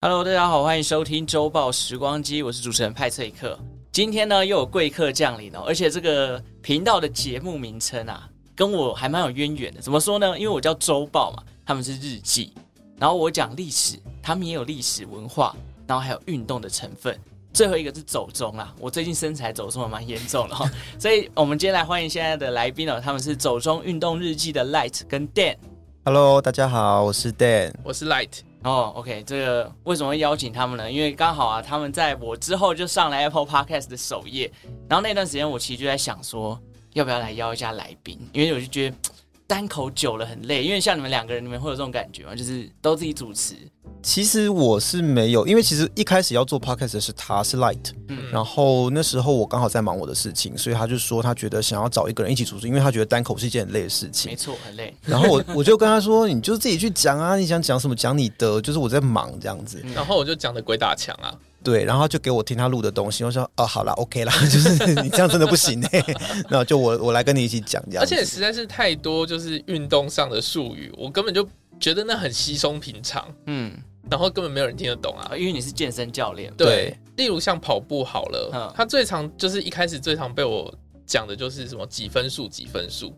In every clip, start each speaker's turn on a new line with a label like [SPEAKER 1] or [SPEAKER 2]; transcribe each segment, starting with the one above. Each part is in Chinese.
[SPEAKER 1] Hello，大家好，欢迎收听周报时光机，我是主持人派翠克。今天呢，又有贵客降临哦，而且这个频道的节目名称啊，跟我还蛮有渊源的。怎么说呢？因为我叫周报嘛，他们是日记，然后我讲历史，他们也有历史文化，然后还有运动的成分。最后一个是走中啦，我最近身材走中了蛮严重了、哦，所以我们今天来欢迎现在的来宾哦，他们是走中运动日记的 Light 跟 Dan。
[SPEAKER 2] Hello，大家好，我是 Dan。
[SPEAKER 3] 我是 Light，
[SPEAKER 1] 哦、o k 这个为什么会邀请他们呢？因为刚好啊，他们在我之后就上了 Apple Podcast 的首页，然后那段时间我其实就在想说，要不要来邀一下来宾？因为我就觉得嘖单口久了很累，因为像你们两个人，你们会有这种感觉吗？就是都自己主持，
[SPEAKER 2] 其实我是没有，因为其实一开始要做 podcast 的是他，是 Light。
[SPEAKER 1] 嗯
[SPEAKER 2] 然后那时候我刚好在忙我的事情，所以他就说他觉得想要找一个人一起主持，因为他觉得单口是一件很累的事
[SPEAKER 1] 没
[SPEAKER 2] 情。
[SPEAKER 1] 错，很累。
[SPEAKER 2] 然后我我就跟他说， 你就自己去讲啊，你想讲什么讲你的，就是我在忙这样子。
[SPEAKER 1] 嗯
[SPEAKER 3] 然后我就讲的鬼打墙啊，
[SPEAKER 2] 对，然后他就给我听他录的东西，我说哦好啦 o、k 啦，就是你这样真的不行哎、 那就我我来跟你一起讲这样
[SPEAKER 3] 而
[SPEAKER 2] 子。
[SPEAKER 3] 且实在是太多就是运动上的术语，我根本就觉得那很稀松平常，
[SPEAKER 1] 嗯，
[SPEAKER 3] 然后根本没有人听得懂啊
[SPEAKER 1] 啊。因为你是健身教练，
[SPEAKER 3] 对，
[SPEAKER 2] 对
[SPEAKER 3] 例如像跑步好了
[SPEAKER 1] 嗯，
[SPEAKER 3] 它最常就是一开始最常被我讲的就是什么几分数几分数，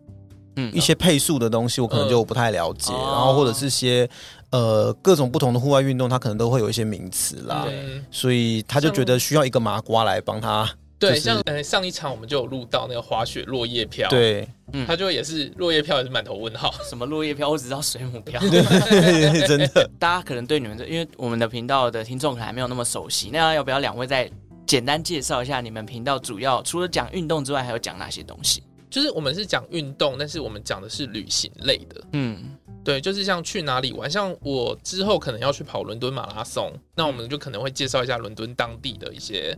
[SPEAKER 1] 嗯
[SPEAKER 2] 一些配速的东西，我可能就不太了解，
[SPEAKER 1] 嗯
[SPEAKER 2] 然后或者是一些呃各种不同的户外运动，它可能都会有一些名词啦，
[SPEAKER 1] 对
[SPEAKER 3] 嗯
[SPEAKER 2] 所以他就觉得需要一个麻瓜来帮他。
[SPEAKER 3] 对，
[SPEAKER 2] 就是
[SPEAKER 3] 像呃上一场我们就有录到那个滑雪落叶飘，，啊
[SPEAKER 2] 对，
[SPEAKER 3] 他就也是落叶飘也是满头问号，
[SPEAKER 1] 什么落叶飘，我只知道水母 飘。
[SPEAKER 2] 真的，
[SPEAKER 1] 大家可能对你们这，因为我们的频道的听众可能还没有那么熟悉，那要不要两位再简单介绍一下你们频道主要除了讲运动之外，还有讲哪些东西？
[SPEAKER 3] 就是我们是讲运动，但是我们讲的是旅行类的，
[SPEAKER 1] 嗯，
[SPEAKER 3] 对，就是像去哪里玩，像我之后可能要去跑伦敦马拉松，那我们
[SPEAKER 2] 嗯
[SPEAKER 3] 就可能会介绍一下伦敦当地的一些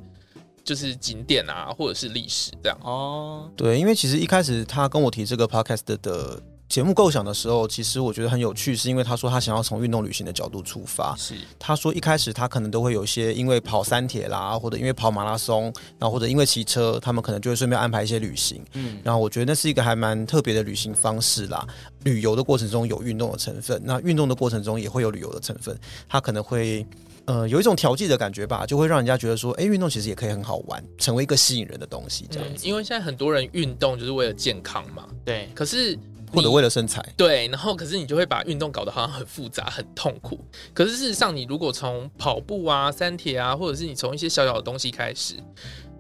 [SPEAKER 3] 就是景点啊，或者是历史这样。
[SPEAKER 1] 哦，
[SPEAKER 2] 对，因为其实一开始他跟我提这个 podcast 的的节目构想的时候，其实我觉得很有趣，是因为他说他想要从运动旅行的角度出发。
[SPEAKER 1] 是，
[SPEAKER 2] 他说一开始他可能都会有一些因为跑三铁啦，或者因为跑马拉松，然后或者因为骑车，他们可能就会顺便安排一些旅行。
[SPEAKER 1] 嗯，
[SPEAKER 2] 然后我觉得那是一个还蛮特别的旅行方式啦。旅游的过程中有运动的成分，那运动的过程中也会有旅游的成分，它可能会。呃，有一种调剂的感觉吧，就会让人家觉得说，哎，运动其实也可以很好玩，成为一个吸引人的东西，这
[SPEAKER 3] 对
[SPEAKER 2] 样，子，
[SPEAKER 3] 嗯因为现在很多人运动就是为了健康嘛，
[SPEAKER 1] 对，
[SPEAKER 3] 可是
[SPEAKER 1] 嗯
[SPEAKER 2] 或者
[SPEAKER 3] 你
[SPEAKER 2] 为了身材，
[SPEAKER 3] 对，然后可是你就会把运动搞得好像很复杂、很痛苦。可是事实上，你如果从跑步啊、三铁啊，或者是你从一些小小的东西开始，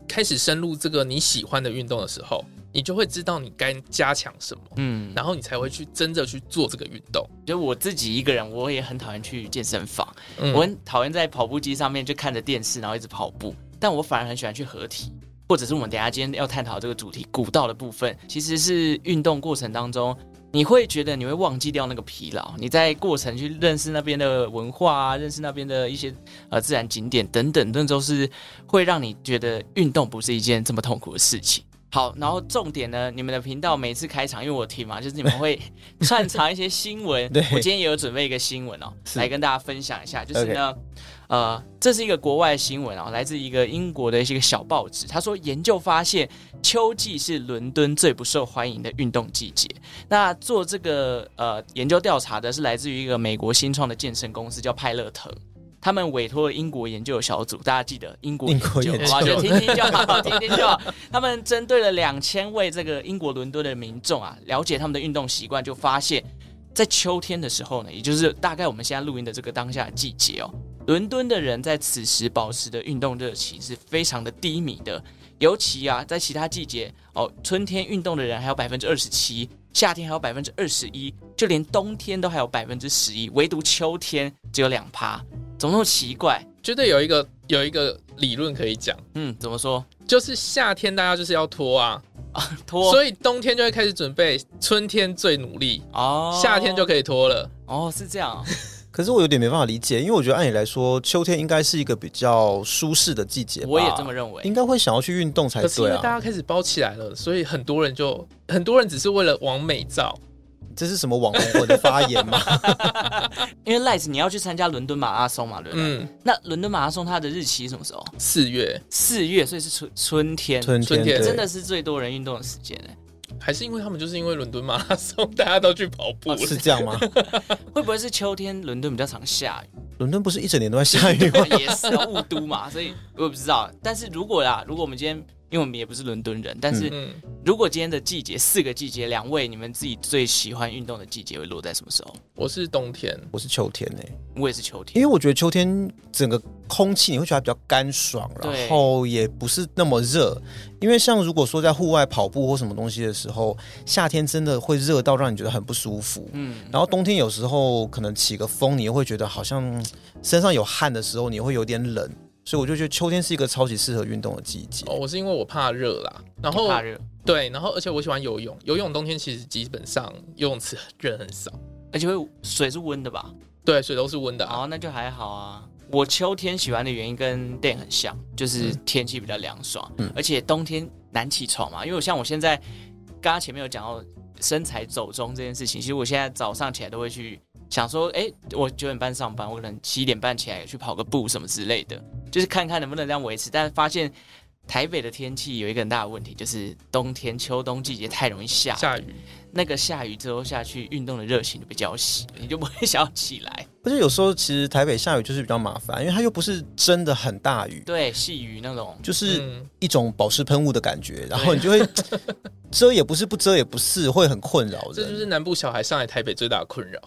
[SPEAKER 3] 开始深入这个你喜欢的运动的时候，你就会知道你该加强什么，
[SPEAKER 1] 嗯，
[SPEAKER 3] 然后你才会去真的去做这个运动。
[SPEAKER 1] 就我自己一个人，我也很讨厌去健身房，
[SPEAKER 3] 嗯
[SPEAKER 1] 我很讨厌在跑步机上面就看着电视，然后一直跑步，但我反而很喜欢去合体。或者是我们等一下今天要探讨这个主题古道的部分，其实是运动过程当中，你会觉得你会忘记掉那个疲劳，你在过程去认识那边的文化啊，认识那边的一些呃自然景点等等，那都是会让你觉得运动不是一件这么痛苦的事情。 好，然后重点呢，你们的频道每次开场，因为我听嘛，就是你们会串插一些新闻。
[SPEAKER 2] 对
[SPEAKER 1] 我今天也有准备一个新闻哦，
[SPEAKER 2] 是
[SPEAKER 1] 来跟大家分享一下，就是呢。呃，这是一个国外新闻啊、来自一个英国的一些小报纸。他说，研究发现秋季是伦敦最不受欢迎的运动季节。那做这个呃研究调查的是来自于一个美国新创的健身公司，叫派乐腾。他们委托了英国研究小组，大家记得英国
[SPEAKER 2] 英国研究
[SPEAKER 1] 好，就听听就好，听听就好。他们针对了两千位这个英国伦敦的民众啊，了解他们的运动习惯，就发现，在秋天的时候呢，也就是大概我们现在录音的这个当下的季节哦，伦敦的人在此时保持的运动热情是非常的低迷的，尤其啊，在其他季节哦，春天运动的人还有百分之二十七，夏天还有百分之二十一，就连冬天都还有百分之十一，唯独秋天只有两趴，怎么那么奇怪？
[SPEAKER 3] 觉得有一个有一个理论可以讲，
[SPEAKER 1] 嗯，怎么说？
[SPEAKER 3] 就是夏天大家就是要拖啊，
[SPEAKER 1] 拖
[SPEAKER 3] 所以冬天就会开始准备，春天最努力，
[SPEAKER 1] 哦，
[SPEAKER 3] 夏天就可以拖了。
[SPEAKER 1] 哦是这样哦、
[SPEAKER 2] 可是我有点没办法理解，因为我觉得按理来说，秋天应该是一个比较舒适的季节吧，
[SPEAKER 1] 我也这么认
[SPEAKER 3] 哦
[SPEAKER 1] 为。
[SPEAKER 2] 应该会想要去运动才
[SPEAKER 3] 可是因
[SPEAKER 2] 对
[SPEAKER 3] 为大
[SPEAKER 2] 啊，
[SPEAKER 3] 家开始包起来了，所以很多人就很多人只是为了往美照，
[SPEAKER 2] 这是什么网红我的发言 吗？
[SPEAKER 1] 因为赖子你要去参加伦敦马拉松嘛，对不对？
[SPEAKER 3] 嗯，
[SPEAKER 1] 那伦敦马拉松它的日期是什么时候？
[SPEAKER 3] 四月
[SPEAKER 1] 四月，所以是春春天，
[SPEAKER 2] 春
[SPEAKER 3] 春
[SPEAKER 2] 天
[SPEAKER 3] 天
[SPEAKER 2] 对
[SPEAKER 1] 真的是最多人运动的时间哎。
[SPEAKER 3] 还是因为他们就是因为伦敦马拉松，大家都去跑步了。
[SPEAKER 2] 啊是这样吗？
[SPEAKER 1] 会不会是秋天伦敦比较常下雨？
[SPEAKER 2] 伦敦不是一整年都在下雨吗？
[SPEAKER 1] 对也是啊雾都嘛，所以我也不知道。但是如果啦，如果我们今天，因为我们也不是伦敦人，但是
[SPEAKER 3] 嗯，
[SPEAKER 1] 如果今天的季节四个季节，两位你们自己最喜欢运动的季节会落在什么时候？
[SPEAKER 3] 我是冬天，
[SPEAKER 2] 我是秋天哎、
[SPEAKER 1] 我也是秋
[SPEAKER 2] 因
[SPEAKER 1] 天
[SPEAKER 2] 为，我觉得秋天整个空气你会觉得它比较干爽，
[SPEAKER 1] 对
[SPEAKER 2] 然后也不是那么热。因为像如果说在户外跑步或什么东西的时候，夏天真的会热到让你觉得很不舒服。
[SPEAKER 1] 嗯，
[SPEAKER 2] 然后冬天有时候可能起个风，你又会觉得好像嗯身上有汗的时候，你会有点冷。所以我就觉得秋天是一个超级适合运动的季节。
[SPEAKER 3] 哦，我是因为我怕热啦，然后
[SPEAKER 1] 怕热，
[SPEAKER 3] 对，然后而且我喜欢游泳，游泳冬天其实基本上游泳池人很少，
[SPEAKER 1] 而且会水是温的吧？
[SPEAKER 3] 对，水都是温的、啊。
[SPEAKER 1] 哦，那就还好啊。我秋天喜欢的原因跟 Dan 很像，就是天气比较凉爽，
[SPEAKER 2] 嗯
[SPEAKER 1] 而且冬天难起床嘛。因为我像我现在刚刚前面有讲到身材走钟这件事情，其实我现在早上起来都会去想说，哎、我九点半上班，我可能七点半起来去跑个步什么之类的，就是看看能不能这样维持。但是发现台北的天气有一个很大的问题，就是冬天、秋冬季节太容易下，
[SPEAKER 3] 下雨，
[SPEAKER 1] 那个下雨之后下去，运动的热情就被浇熄，你就不会想要起来。
[SPEAKER 2] 而且有时候其实台北下雨就是比较麻烦，因为它又不是真的很大雨，
[SPEAKER 1] 对，细雨那种。
[SPEAKER 2] 就是
[SPEAKER 3] 嗯，
[SPEAKER 2] 一种保湿喷雾的感觉，然后你就会 遮也不是，不遮也不是，会很困扰
[SPEAKER 3] 这就
[SPEAKER 2] 人。
[SPEAKER 3] 是南部小孩上来台北最大的困扰。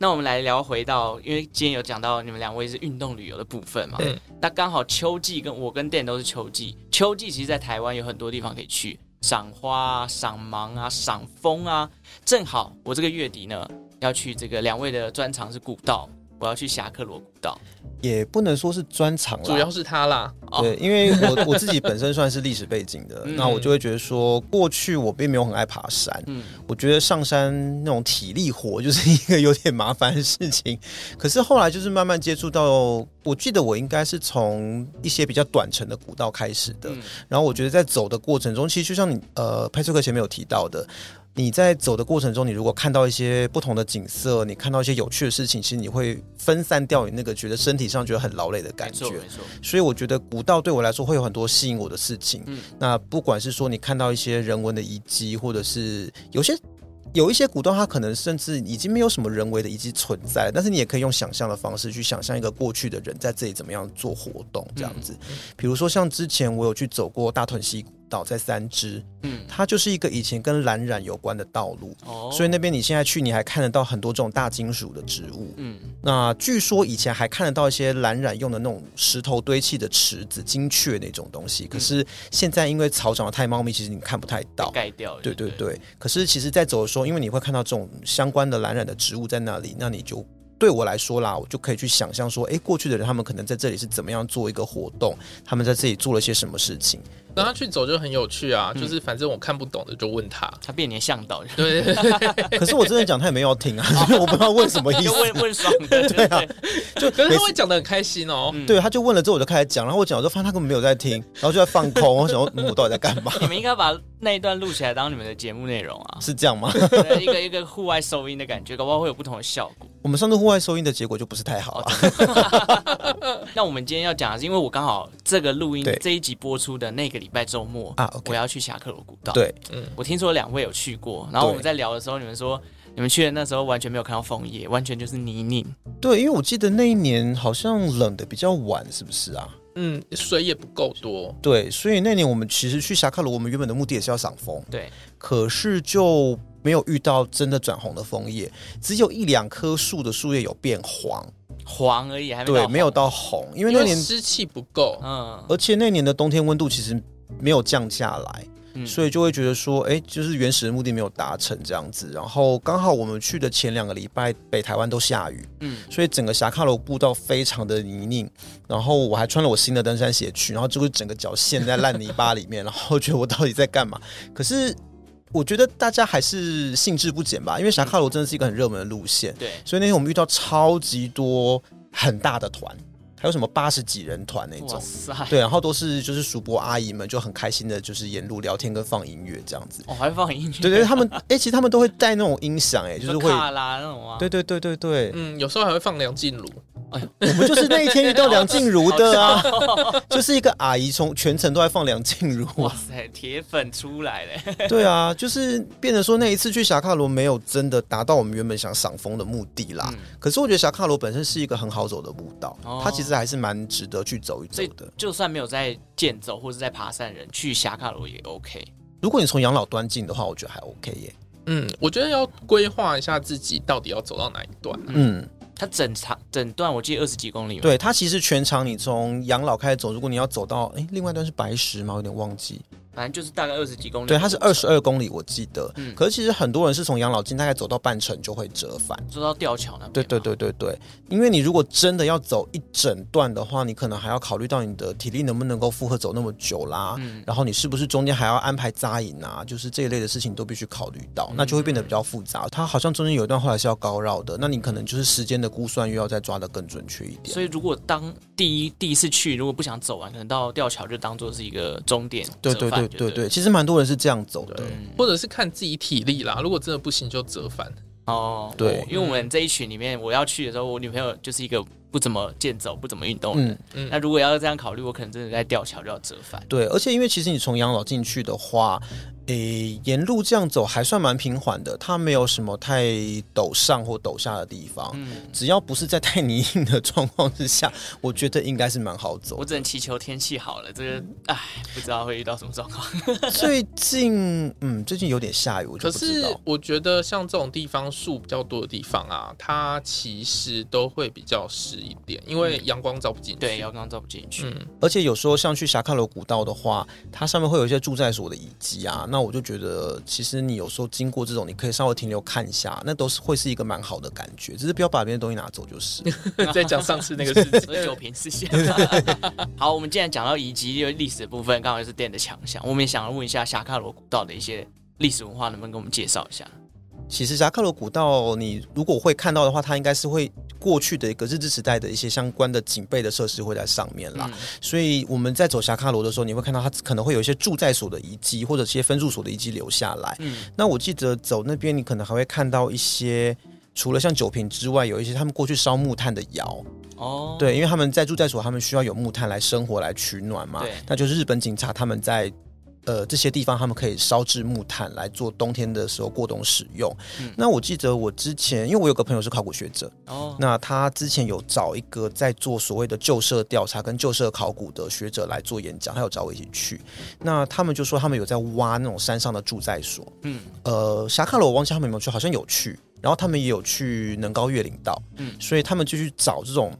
[SPEAKER 1] 那我们来聊回到，因为今天有讲到你们两位是运动旅游的部分嘛，
[SPEAKER 3] 嗯
[SPEAKER 1] 那刚好秋季跟我跟店都是秋季，秋季其实在台湾有很多地方可以去，赏花啊、赏芒啊、赏枫啊。正好我这个月底呢要去这个两位的专长是古道，我要去侠客罗古道。
[SPEAKER 2] 也不能说是专长
[SPEAKER 3] 主要
[SPEAKER 2] 啦，
[SPEAKER 3] 是他啦，
[SPEAKER 1] 哦
[SPEAKER 2] 对，因为我 我自己本身算是历史背景的，
[SPEAKER 1] 嗯
[SPEAKER 2] 那我就会觉得说，过去我并没有很爱爬山，
[SPEAKER 1] 嗯，
[SPEAKER 2] 我觉得上山那种体力活就是一个有点麻烦的事情。可是后来就是慢慢接触到，我记得我应该是从一些比较短程的古道开始的，
[SPEAKER 1] 嗯
[SPEAKER 2] 然后我觉得在走的过程中，其实就像你呃，派崔克前面有提到的，你在走的过程中，你如果看到一些不同的景色，你看到一些有趣的事情，其实你会分散掉你那个觉得身体上觉得很劳累的
[SPEAKER 1] 没
[SPEAKER 2] 感
[SPEAKER 1] 错
[SPEAKER 2] 觉。
[SPEAKER 1] 没错，
[SPEAKER 2] 所以我觉得古道对我来说会有很多吸引我的事情。
[SPEAKER 1] 嗯
[SPEAKER 2] 那不管是说你看到一些人文的遗迹，或者是有些。有一些古道，它可能甚至已经没有什么人为的遗迹存在了，但是你也可以用想象的方式去想象一个过去的人在这里怎么样做活动，这样子。
[SPEAKER 1] 嗯
[SPEAKER 2] 比如说，像之前我有去走过大屯溪古道，在三支，
[SPEAKER 1] 嗯，
[SPEAKER 2] 它就是一个以前跟蓝染有关的道路，
[SPEAKER 1] 哦，
[SPEAKER 2] 所以那边你现在去，你还看得到很多这种大金属的植物。
[SPEAKER 1] 嗯
[SPEAKER 2] 那据说以前还看得到一些蓝染用的那种石头堆砌的池子、金雀那种东西，可是现在因为草长得太茂密，其实你看不太到。
[SPEAKER 1] 盖掉了，
[SPEAKER 2] 对对，对，可是其实，在走的时候，因为你会看到这种相关的蓝染的植物在那里，那你就对我来说啦，我就可以去想象说，哎诶，过去的人他们可能在这里是怎么样做一个活动，他们在这里做了些什么事情。
[SPEAKER 3] 然后他去走就很有趣啊，
[SPEAKER 2] 嗯
[SPEAKER 3] 就是反正我看不懂的就 问他。
[SPEAKER 1] 他变你的向导，
[SPEAKER 3] 对，对对
[SPEAKER 2] 可是我真的讲，他也没有听啊，所以我不知道问什么意
[SPEAKER 1] 就
[SPEAKER 2] 思。
[SPEAKER 1] 问问爽的，对啊，
[SPEAKER 2] 就
[SPEAKER 3] 可是
[SPEAKER 2] 每
[SPEAKER 3] 他
[SPEAKER 2] 次
[SPEAKER 3] 会讲的很开心哦。
[SPEAKER 1] 嗯
[SPEAKER 2] 对，他就问了之后，我就开始讲，然后我讲，我就发现他根本没有在听，然后就在放空。我想说，嗯，我到底在干嘛？，
[SPEAKER 1] 你们应该把那一段录起来当你们的节目内容啊
[SPEAKER 2] 是这样吗？
[SPEAKER 1] 对一个一个户外收音的感觉，搞不好会有不同的效果。
[SPEAKER 2] 我们上次户外收音的结果就不是太好
[SPEAKER 1] 哦
[SPEAKER 2] 啊。
[SPEAKER 1] 那我们今天要讲的是，因为我刚好这个录音
[SPEAKER 2] 对
[SPEAKER 1] 这一集播出的那个礼拜周末
[SPEAKER 2] 啊
[SPEAKER 1] 我
[SPEAKER 2] ，OK，
[SPEAKER 1] 要去侠客罗古道。
[SPEAKER 2] 对，
[SPEAKER 3] 嗯
[SPEAKER 1] 我听说两位有去过，然后我们
[SPEAKER 2] 对
[SPEAKER 1] 在聊的时候，你们说你们去的那时候完全没有看到枫叶，完全就是泥泞。
[SPEAKER 2] 对，因为我记得那一年好像冷的比较晚，是不是啊？
[SPEAKER 3] 嗯，水也不够多，
[SPEAKER 2] 对，所以那年我们其实去侠客罗，我们原本的目的也是要赏枫，
[SPEAKER 1] 对，
[SPEAKER 2] 可是就没有遇到真的转红的枫叶，只有一两棵树的树叶有变黄，
[SPEAKER 1] 黄而已，还没到
[SPEAKER 2] 对，
[SPEAKER 1] 黄
[SPEAKER 2] 没有。到红，因为
[SPEAKER 3] 因
[SPEAKER 2] 那
[SPEAKER 3] 为
[SPEAKER 2] 年，
[SPEAKER 3] 湿气不够。
[SPEAKER 1] 嗯，
[SPEAKER 2] 而且那年的冬天温度其实没有降下来，
[SPEAKER 1] 嗯
[SPEAKER 2] 所以就会觉得说，哎，就是原始的目的没有达成这样子。然后刚好我们去的前两个礼拜，北台湾都下雨，
[SPEAKER 1] 嗯，
[SPEAKER 2] 所以整个侠客楼步道非常的泥泞，然后我还穿了我新的登山鞋去，然后就是整个脚陷在烂泥巴里面，然后觉得我到底在干嘛？可是我觉得大家还是兴致不减吧，因为侠客楼真的是一个很热门的路线，
[SPEAKER 1] 对，
[SPEAKER 2] 所以那天我们遇到超级多很大的团，还有什么八十几人团那
[SPEAKER 1] 哇
[SPEAKER 2] 种。
[SPEAKER 1] 塞，
[SPEAKER 2] 对，然后都是就是叔伯阿姨们就很开心的，就是沿路聊天跟放音乐这样子。
[SPEAKER 1] 我、还放音乐，
[SPEAKER 2] 对对，他们哎、其实他们都会带那种音响，哎，就是会，
[SPEAKER 1] 卡拉那种啊，
[SPEAKER 2] 对对对对对，
[SPEAKER 3] 嗯，有时候还会放梁静茹，
[SPEAKER 1] 哎呦，
[SPEAKER 2] 我们就是那一天遇到梁静茹 的啊， 就是一个阿姨从全程都在放梁静茹
[SPEAKER 1] 哇
[SPEAKER 2] 啊，
[SPEAKER 1] 塞，铁粉出来了，
[SPEAKER 2] 对啊，就是变成说那一次去侠卡罗没有真的达到我们原本想赏枫的目的啦。
[SPEAKER 1] 嗯
[SPEAKER 2] 可是我觉得侠卡罗本身是一个很好走的步道，
[SPEAKER 1] 哦
[SPEAKER 2] 它其实还是蛮值得去走一走
[SPEAKER 1] 所以
[SPEAKER 2] 的。
[SPEAKER 1] 就算没有在健走或者在爬山的人去霞卡罗也 OK。
[SPEAKER 2] 如果你从养老端进的话，我觉得还 OK 耶。
[SPEAKER 3] 嗯，我觉得要规划一下自己到底要走到哪一段。啊
[SPEAKER 2] 嗯，
[SPEAKER 1] 它整长整段我记得二十几公里嘛，
[SPEAKER 2] 对，它其实全长你从养老开始走，如果你要走到哎、诶另外一段是白石吗？我有点忘记。
[SPEAKER 1] 反正就是大概二十几公里。
[SPEAKER 2] 对，它是二十，二公里，我记得。
[SPEAKER 1] 嗯
[SPEAKER 2] 可是其实很多人是从养老金大概走到半程就会折返。
[SPEAKER 1] 走到吊桥那边。
[SPEAKER 2] 对对，对对对，因为你如果真的要走一整段的话，你可能还要考虑到你的体力能不能够负荷走那么久啦，
[SPEAKER 1] 嗯，
[SPEAKER 2] 然后你是不是中间还要安排扎营啊，就是这一类的事情都必须考虑
[SPEAKER 1] 嗯
[SPEAKER 2] 到，那就会变得比较复杂。它好像中间有一段后来是要高绕的，那你可能就是时间的估算又要再抓得更准确一点。
[SPEAKER 1] 所以如果当第一第一次去，如果不想走完，可能到吊桥就当做是一个终点。
[SPEAKER 2] 对
[SPEAKER 1] 折
[SPEAKER 2] 对
[SPEAKER 1] 返就
[SPEAKER 2] 对
[SPEAKER 1] 对
[SPEAKER 2] 对对，其实蛮多人是这样走的
[SPEAKER 3] 对。
[SPEAKER 1] 嗯
[SPEAKER 3] 或者是看自己体力啦，如果真的不行就折返。
[SPEAKER 1] 哦，
[SPEAKER 2] 对
[SPEAKER 1] 我因为我们这一群里面，我要去的时候，我女朋友就是一个不怎么健走、不怎么运动的人。
[SPEAKER 2] 嗯，
[SPEAKER 3] 嗯
[SPEAKER 1] 那如果要这样考虑，我可能真的在吊桥就要折返。
[SPEAKER 2] 对，而且因为其实你从养老进去的话，诶，沿路这样走还算蛮平缓的，它没有什么太陡上或陡下的地方。
[SPEAKER 1] 嗯，
[SPEAKER 2] 只要不是在太泥泞的状况之下，我觉得应该是蛮好走
[SPEAKER 1] 我。只能祈求天气好了。这个，唉，不知道会遇到什么状况。
[SPEAKER 2] 最近，嗯，最近有点下雨，我就
[SPEAKER 3] 可
[SPEAKER 2] 不知
[SPEAKER 3] 是
[SPEAKER 2] 道。
[SPEAKER 3] 我觉得像这种地方树比较多的地方啊，它其实都会比较湿一点，因为阳光照不进 去。
[SPEAKER 1] 对，要刚照不进去。
[SPEAKER 3] 嗯，
[SPEAKER 2] 而且有时候像去霞卡楼古道的话，它上面会有一些住宅所的遗迹啊，那我就觉得其实你有时候经过这种，你可以稍微停留看一下，那都是会是一个蛮好的感觉，只是不要把别人东西拿走就是。
[SPEAKER 3] 再讲上次那个事情，
[SPEAKER 1] 所以酒瓶是线。 好，我们既然讲到以及历史的部分，刚好又是店的强项，我们也想要问一下霞卡罗古道的一些历史文化，能不能给我们介绍一下？
[SPEAKER 2] 其实侠客罗古道，你如果会看到的话，它应该是会过去的一个日治时代的一些相关的警备的设施会在上面啦。所以我们在走侠客罗的时候，你会看到它可能会有一些住宅所的遗迹，或者一些分驻所的遗迹留下来。
[SPEAKER 1] 嗯
[SPEAKER 2] 那我记得走那边，你可能还会看到一些。除了像酒瓶之外，有一些他们过去烧木炭的窑，
[SPEAKER 1] 哦，
[SPEAKER 2] 对，因为他们在住宅所，他们需要有木炭来生火、来取暖嘛
[SPEAKER 1] 对。
[SPEAKER 2] 那就是日本警察他们在呃这些地方，他们可以烧制木炭来做冬天的时候过冬使用。
[SPEAKER 1] 嗯
[SPEAKER 2] 那我记得我之前，因为我有个朋友是考古学者，
[SPEAKER 1] 哦，
[SPEAKER 2] 那他之前有找一个在做所谓的旧社调查跟旧社考古的学者来做演讲，他有找我一起去。那他们就说他们有在挖那种山上的住宅所，
[SPEAKER 1] 嗯
[SPEAKER 2] 呃，霞卡罗我忘记他们有没有去，好像有去，然后他们也有去能高月岭道，
[SPEAKER 1] 嗯
[SPEAKER 2] 所以他们就去找这种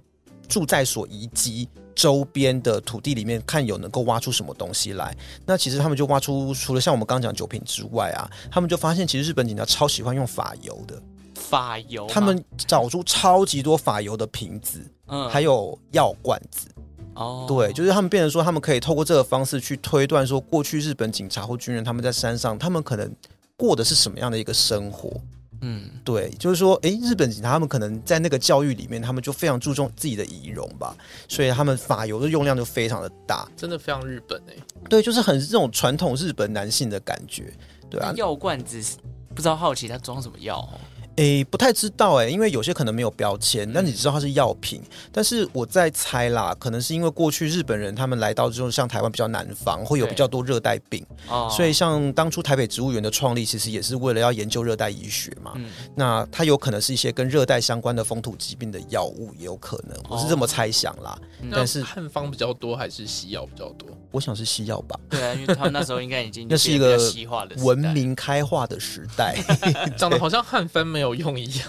[SPEAKER 2] 住在所遗迹周边的土地里面，看有能够挖出什么东西来。那其实他们就挖出，除了像我们刚刚讲酒瓶之外啊，他们就发现其实日本警察超喜欢用法油的，
[SPEAKER 1] 法油嘛，
[SPEAKER 2] 他们找出超级多法油的瓶子，
[SPEAKER 1] 嗯
[SPEAKER 2] 还有药罐子。
[SPEAKER 1] 哦，
[SPEAKER 2] 对，就是他们变成说，他们可以透过这个方式去推断说，过去日本警察或军人他们在山上，他们可能过的是什么样的一个生活。
[SPEAKER 1] 嗯
[SPEAKER 2] 对，就是说，诶，日本警察他们可能在那个教育里面，他们就非常注重自己的仪容吧，所以他们法油的用量就非常的大。
[SPEAKER 3] 真的非常日本哎、
[SPEAKER 2] 对，就是很这种传统日本男性的感觉。对啊
[SPEAKER 1] 那，药罐子是不知道好奇它装什么药哦，
[SPEAKER 2] 诶，不太知道诶，因为有些可能没有标
[SPEAKER 1] 嗯
[SPEAKER 2] 签，但你知道它是药品。但是我在猜啦，可能是因为过去日本人他们来到之后，像台湾比较南方，会有
[SPEAKER 1] 对
[SPEAKER 2] 比较多热带病。
[SPEAKER 1] 哦，
[SPEAKER 2] 所以，像当初台北植物园的创立，其实也是为了要研究热带医学嘛。
[SPEAKER 1] 嗯
[SPEAKER 2] 那它有可能是一些跟热带相关的风土疾病的药
[SPEAKER 1] 哦
[SPEAKER 2] 物，也有可能，我是这么猜想啦。
[SPEAKER 1] 嗯
[SPEAKER 2] 但是
[SPEAKER 3] 那汉方比较多还是西药比较多？
[SPEAKER 2] 我想是西药吧。
[SPEAKER 1] 对啊，因为他们那时候应该已经
[SPEAKER 2] 那是一个
[SPEAKER 1] 变得比较西化的时代
[SPEAKER 2] 文，明开化的时代，
[SPEAKER 3] 长得好像汉方没有用一样。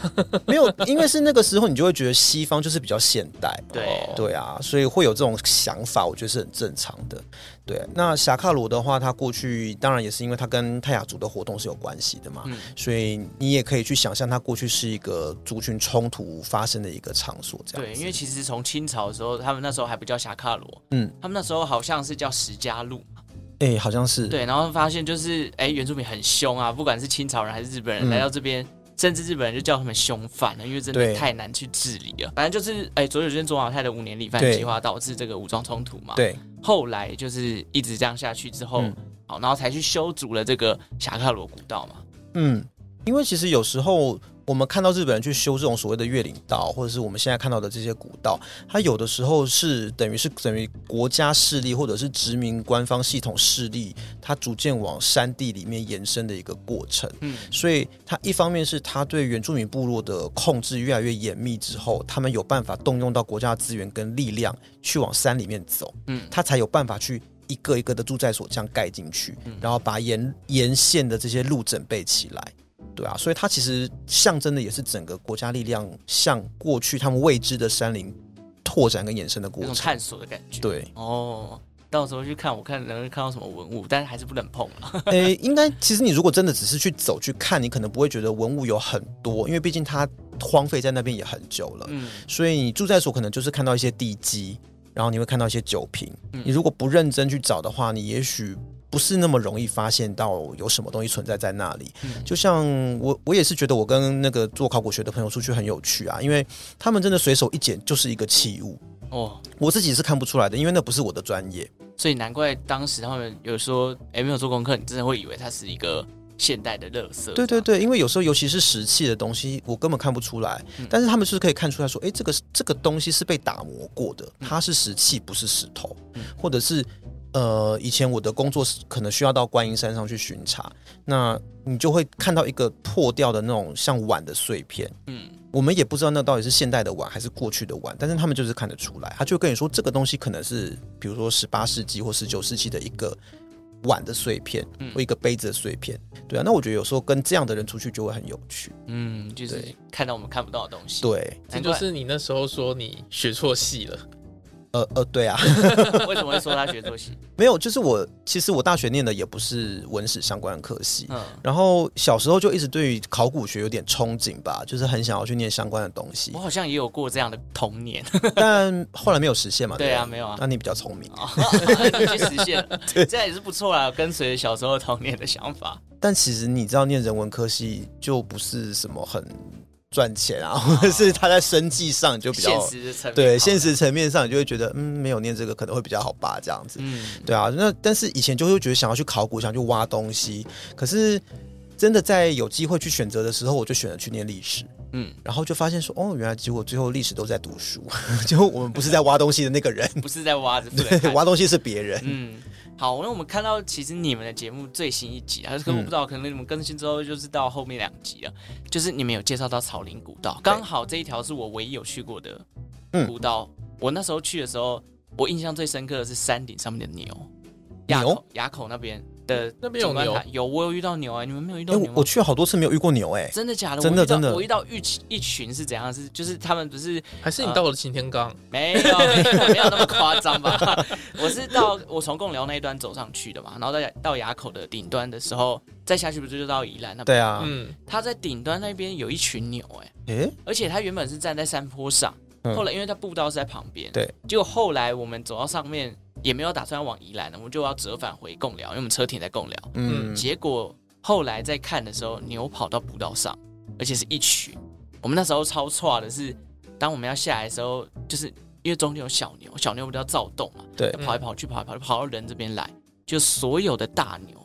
[SPEAKER 2] 没有，因为是那个时候，你就会觉得西方就是比较现代。
[SPEAKER 1] 对
[SPEAKER 3] 哦
[SPEAKER 2] 对啊，所以会有这种想法，我觉得是很正常的。对，那侠卡罗的话，它过去当然也是因为它跟泰雅族的活动是有关系的嘛，
[SPEAKER 1] 嗯
[SPEAKER 2] 所以你也可以去想象，它过去是一个族群冲突发生的一个场所，这样
[SPEAKER 1] 对，
[SPEAKER 2] 子
[SPEAKER 1] 因为其实从清朝的时候，他们那时候还不叫侠卡罗，
[SPEAKER 2] 嗯，
[SPEAKER 1] 他们那时候好像是叫石家路，
[SPEAKER 2] 哎、好像是
[SPEAKER 1] 对，然后发现就是，哎，原住民很凶啊，不管是清朝人还是日本人、
[SPEAKER 2] 嗯
[SPEAKER 1] 来到这边，甚至日本人就叫他们凶犯了，因为真的
[SPEAKER 2] 对
[SPEAKER 1] 太难去治理了。反正就是，哎，左九军左老太的五年礼犯
[SPEAKER 2] 对
[SPEAKER 1] 计划导致这个武装冲突嘛。，
[SPEAKER 2] 对
[SPEAKER 1] 后来就是一直这样下去之后，
[SPEAKER 2] 嗯
[SPEAKER 1] 好，然后才去修筑了这个侠客罗古道嘛。
[SPEAKER 2] 嗯，因为其实有时候我们看到日本人去修这种所谓的越岭道，或者是我们现在看到的这些古道，它有的时候是等于是等于国家势力或者是殖民官方系统势力，它逐渐往山地里面延伸的一个过程。
[SPEAKER 1] 嗯，
[SPEAKER 2] 所以它一方面是它对原住民部落的控制越来越严密之后，他们有办法动用到国家的资源跟力量去往山里面走，
[SPEAKER 1] 嗯
[SPEAKER 2] 它才有办法去一个一个的住宅所这样盖进去，
[SPEAKER 1] 嗯
[SPEAKER 2] 然后把沿沿线的这些路整备起来。对啊，所以它其实象征的也是整个国家力量向过去他们未知的山林拓展跟延伸的过
[SPEAKER 1] 有种
[SPEAKER 2] 程。
[SPEAKER 1] 探索的感觉。，
[SPEAKER 2] 对，
[SPEAKER 1] 哦，到时候去看，我看能不能看到什么文物，但是还是不能碰了。
[SPEAKER 2] 诶，应该其实你如果真的只是去走去看，你可能不会觉得文物有很多，因为毕竟它荒废在那边也很久了。
[SPEAKER 1] 嗯，
[SPEAKER 2] 所以你住在所可能就是看到一些地基，然后你会看到一些酒瓶。
[SPEAKER 1] 嗯
[SPEAKER 2] 你如果不认真去找的话，你也许不是那么容易发现到有什么东西存在在那里。
[SPEAKER 1] 嗯
[SPEAKER 2] 就像我，我也是觉得我跟那个做考古学的朋友出去很有趣啊，因为他们真的随手一捡就是一个器物，
[SPEAKER 1] 哦，
[SPEAKER 2] 我自己是看不出来的，因为那不是我的专业。
[SPEAKER 1] 所以难怪当时他们有说，哎，没有做功课，你真的会以为它是一个现代的垃圾。
[SPEAKER 2] 对对，对，因为有时候尤其是石器的东西，我根本看不出来，
[SPEAKER 1] 嗯
[SPEAKER 2] 但是他们就是可以看出来说，哎，这个这个东西是被打磨过的，它是石器，不是石头，
[SPEAKER 1] 嗯
[SPEAKER 2] 或者是呃，以前我的工作是可能需要到观音山上去巡查，那你就会看到一个破掉的那种像碗的碎片。
[SPEAKER 1] 嗯，
[SPEAKER 2] 我们也不知道那到底是现代的碗还是过去的碗，但是他们就是看得出来，他就跟你说这个东西可能是，比如说十八世纪或十九世纪的一个碗的碎片
[SPEAKER 1] 嗯
[SPEAKER 2] 或一个杯子的碎片，对啊，那我觉得有时候跟这样的人出去就会很有趣，
[SPEAKER 1] 嗯，就是
[SPEAKER 2] 对
[SPEAKER 1] 看到我们看不到的东西。，
[SPEAKER 2] 对，
[SPEAKER 3] 这
[SPEAKER 1] 难
[SPEAKER 3] 就
[SPEAKER 1] 怪
[SPEAKER 3] 是你那时候说你学错戏了，
[SPEAKER 2] 呃呃，对啊，
[SPEAKER 1] 为什么会说他学作息？
[SPEAKER 2] 没有，就是我其实我大学念的也不是文史相关的科系，
[SPEAKER 1] 嗯，
[SPEAKER 2] 然后小时候就一直对于考古学有点憧憬吧，就是很想要去念相关的东西
[SPEAKER 1] 我，好像也有过这样的童 年。
[SPEAKER 2] 但后来没有 实现嘛，
[SPEAKER 1] 对啊，
[SPEAKER 2] 不
[SPEAKER 1] 没有啊。
[SPEAKER 2] 那你比较聪明，
[SPEAKER 1] 哦，你去实现了，这样也是不错啦，跟随小时候童年的想法。
[SPEAKER 2] 但其实你知道，念人文科系就不是什么很赚钱啊，或者是他在生计上就比
[SPEAKER 1] 哦现
[SPEAKER 2] 较
[SPEAKER 1] 实的层面
[SPEAKER 2] 对
[SPEAKER 1] 好
[SPEAKER 2] 现实层面上，你就会觉得嗯，没有念这个可能会比较好吧，这样子。
[SPEAKER 1] 嗯，
[SPEAKER 2] 对啊，那但是以前就会觉得想要去考古，想去挖东西，可是真的在有机会去选择的时候，我就选择去念历史。
[SPEAKER 1] 嗯，
[SPEAKER 2] 然后就发现说，哦，原来结果最后历史都在读书， 就我们不是在挖东西的那个人，
[SPEAKER 1] 不是在挖着，不能
[SPEAKER 2] 对，
[SPEAKER 1] 看
[SPEAKER 2] 挖东西是别人。
[SPEAKER 1] 嗯，好，那我们看到其实你们的节目最新一集啊，可是
[SPEAKER 2] 嗯
[SPEAKER 1] 我不知道，可能你们更新之后就是到后面两集了，就是你们有介绍到草林古道，刚好这一条是我唯一有去过的
[SPEAKER 2] 嗯
[SPEAKER 1] 古道。我那时候去的时候，我印象最深刻的是山顶上面的牛，垭
[SPEAKER 2] 牛
[SPEAKER 1] 口垭口那边的
[SPEAKER 3] 那边有
[SPEAKER 1] 景观
[SPEAKER 3] 牛
[SPEAKER 1] 塔有我有遇到牛啊，你们没有遇
[SPEAKER 2] 哎、
[SPEAKER 1] 到牛
[SPEAKER 2] 我
[SPEAKER 1] 吗？
[SPEAKER 2] 我去了好多次没有遇过牛、哎，
[SPEAKER 1] 真的假的？
[SPEAKER 2] 真的
[SPEAKER 1] 我遇到
[SPEAKER 2] 真的
[SPEAKER 1] 我遇到一群一群是怎样？是就是他们不是
[SPEAKER 3] 还是你
[SPEAKER 1] 呃
[SPEAKER 3] 到了擎天岗？
[SPEAKER 1] 没有，没有，没有那么夸张吧？ 我是到我从贡寮那一端走上去的嘛，然后到雅到垭口的顶端的时候，再下去不是就到宜兰那边？
[SPEAKER 2] 对啊，
[SPEAKER 3] 嗯，
[SPEAKER 1] 它在顶端那边有一群牛、哎，
[SPEAKER 2] 哎、
[SPEAKER 1] 而且它原本是站在山坡上，
[SPEAKER 2] 嗯
[SPEAKER 1] 后来因为它步道是在旁边，
[SPEAKER 2] 对，
[SPEAKER 1] 结果后来我们走到上面也没有打算要往宜兰了，我们就要折返回贡寮，因为我们车停在贡寮。
[SPEAKER 2] 嗯，
[SPEAKER 1] 结果后来在看的时候，牛跑到步道上，而且是一群。我们那时候超错的是，当我们要下来的时候，就是因为中间有小牛，小牛比较躁动嘛，
[SPEAKER 2] 对
[SPEAKER 1] 就跑来跑去，跑来跑去，跑到人这边来，就所有的大牛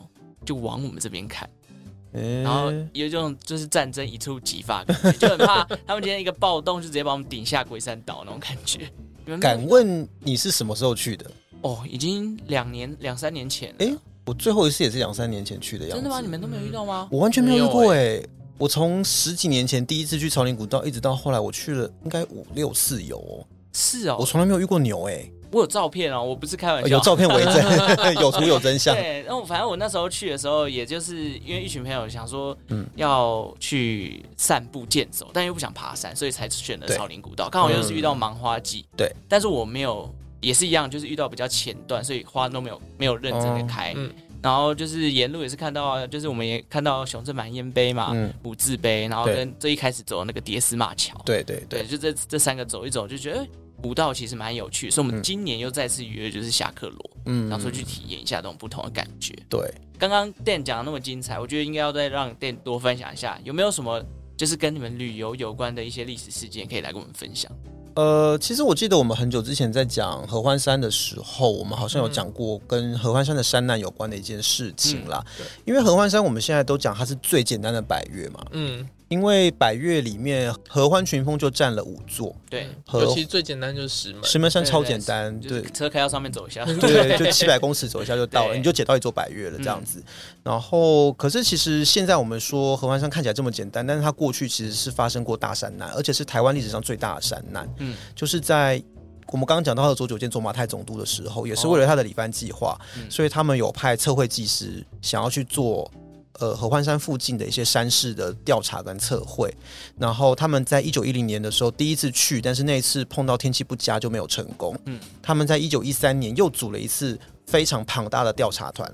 [SPEAKER 1] 就往我们这边看，
[SPEAKER 2] 哎
[SPEAKER 1] 嗯然后有一种就是战争一触即发的感觉，就很怕他们今天一个暴动就直接把我们顶下龟山岛那种感觉。你们没有
[SPEAKER 2] 敢问你是什么时候去的？
[SPEAKER 1] 哦，已经两年两三年前了，
[SPEAKER 2] 哎我最后一次也是两三年前去的样
[SPEAKER 1] 真
[SPEAKER 2] 子。
[SPEAKER 1] 的吗？你们都欸没有遇到吗？
[SPEAKER 2] 我完全没有遇
[SPEAKER 3] 没
[SPEAKER 2] 过
[SPEAKER 3] 有
[SPEAKER 2] 哎、我从十几年前第一次去朝林古道，一直到后来我去了应该五六次有哦，
[SPEAKER 1] 是哦，
[SPEAKER 2] 我从来没有遇过牛哎、呃
[SPEAKER 1] 我有照片哦，我不是开玩笑，
[SPEAKER 2] 有照片为 证，有图有真相。
[SPEAKER 1] 对，然后反正我那时候去的时候，也就是因为一群朋友想说，
[SPEAKER 2] 嗯
[SPEAKER 1] 要去散步健走，但又不想爬山，所以才选了
[SPEAKER 2] 对嗯
[SPEAKER 1] 草林古道。刚好又是遇到芒花季，
[SPEAKER 2] 对，
[SPEAKER 1] 但是我没有，也是一样，就是遇到比较前段，所以花都没有没有认真
[SPEAKER 2] 哦
[SPEAKER 1] 的开。
[SPEAKER 3] 嗯
[SPEAKER 1] 然后就是沿路也是看到，啊就是我们也看到熊正满烟碑嘛，
[SPEAKER 2] 嗯，
[SPEAKER 1] 五字碑，然后
[SPEAKER 2] 对
[SPEAKER 1] 跟最一开始走的那个叠丝马桥，
[SPEAKER 2] 对对对
[SPEAKER 1] 对，，就这这三个走一走，就觉得哎古道其实蛮有趣，所以我们
[SPEAKER 2] 嗯
[SPEAKER 1] 今年又再次约就是侠客罗。
[SPEAKER 2] 嗯
[SPEAKER 1] 然后说去体验一下这种不同的感觉。
[SPEAKER 2] 对，
[SPEAKER 1] 刚刚 Dan 讲的那么精彩，我觉得应该要再让 Dan 多分享一下，有没有什么就是跟你们旅游有关的一些历史事件可以来跟我们分享？
[SPEAKER 2] 呃，其实我记得我们很久之前在讲合欢山的时候，我们好像有
[SPEAKER 3] 嗯
[SPEAKER 2] 讲过跟合欢山的山难有
[SPEAKER 1] 嗯
[SPEAKER 2] 关的一件事情啦。
[SPEAKER 3] 对
[SPEAKER 2] 因为合欢山我们现在都讲它是最简单的百越嘛，
[SPEAKER 3] 嗯，
[SPEAKER 2] 因为百越里面合欢群峰就占了五座，
[SPEAKER 1] 对，
[SPEAKER 2] 合
[SPEAKER 3] 嗯尤其最简单就是石门，
[SPEAKER 2] 石门山
[SPEAKER 1] 对
[SPEAKER 2] 超
[SPEAKER 1] 对
[SPEAKER 2] 简单，
[SPEAKER 1] 就是
[SPEAKER 2] 嗯对。
[SPEAKER 1] 车开到上面走一下，
[SPEAKER 2] 对，哦就七百公尺走一下就到了，
[SPEAKER 1] 对
[SPEAKER 2] 你就解到一座百越了这样子。
[SPEAKER 1] 嗯
[SPEAKER 2] 然后，可是其实现在我们说合欢山看起来这么简单，但是它过去其实是发生过大山难，而且是台湾历史上最大的山难。
[SPEAKER 1] 嗯，
[SPEAKER 2] 就是在我们刚刚讲到的左九舰做马太总督的时候，也是为了他的里番计划，
[SPEAKER 1] 嗯
[SPEAKER 2] 所以他们有派测绘技师想要去做。呃，合欢山附近的一些山势的调查跟测绘，然后他们在一九一零年的时候第一次去，但是那一次碰到天气不佳就没有成功。
[SPEAKER 1] 嗯
[SPEAKER 2] 嗯，他们在一九一三年又组了一次非常庞大的调查团，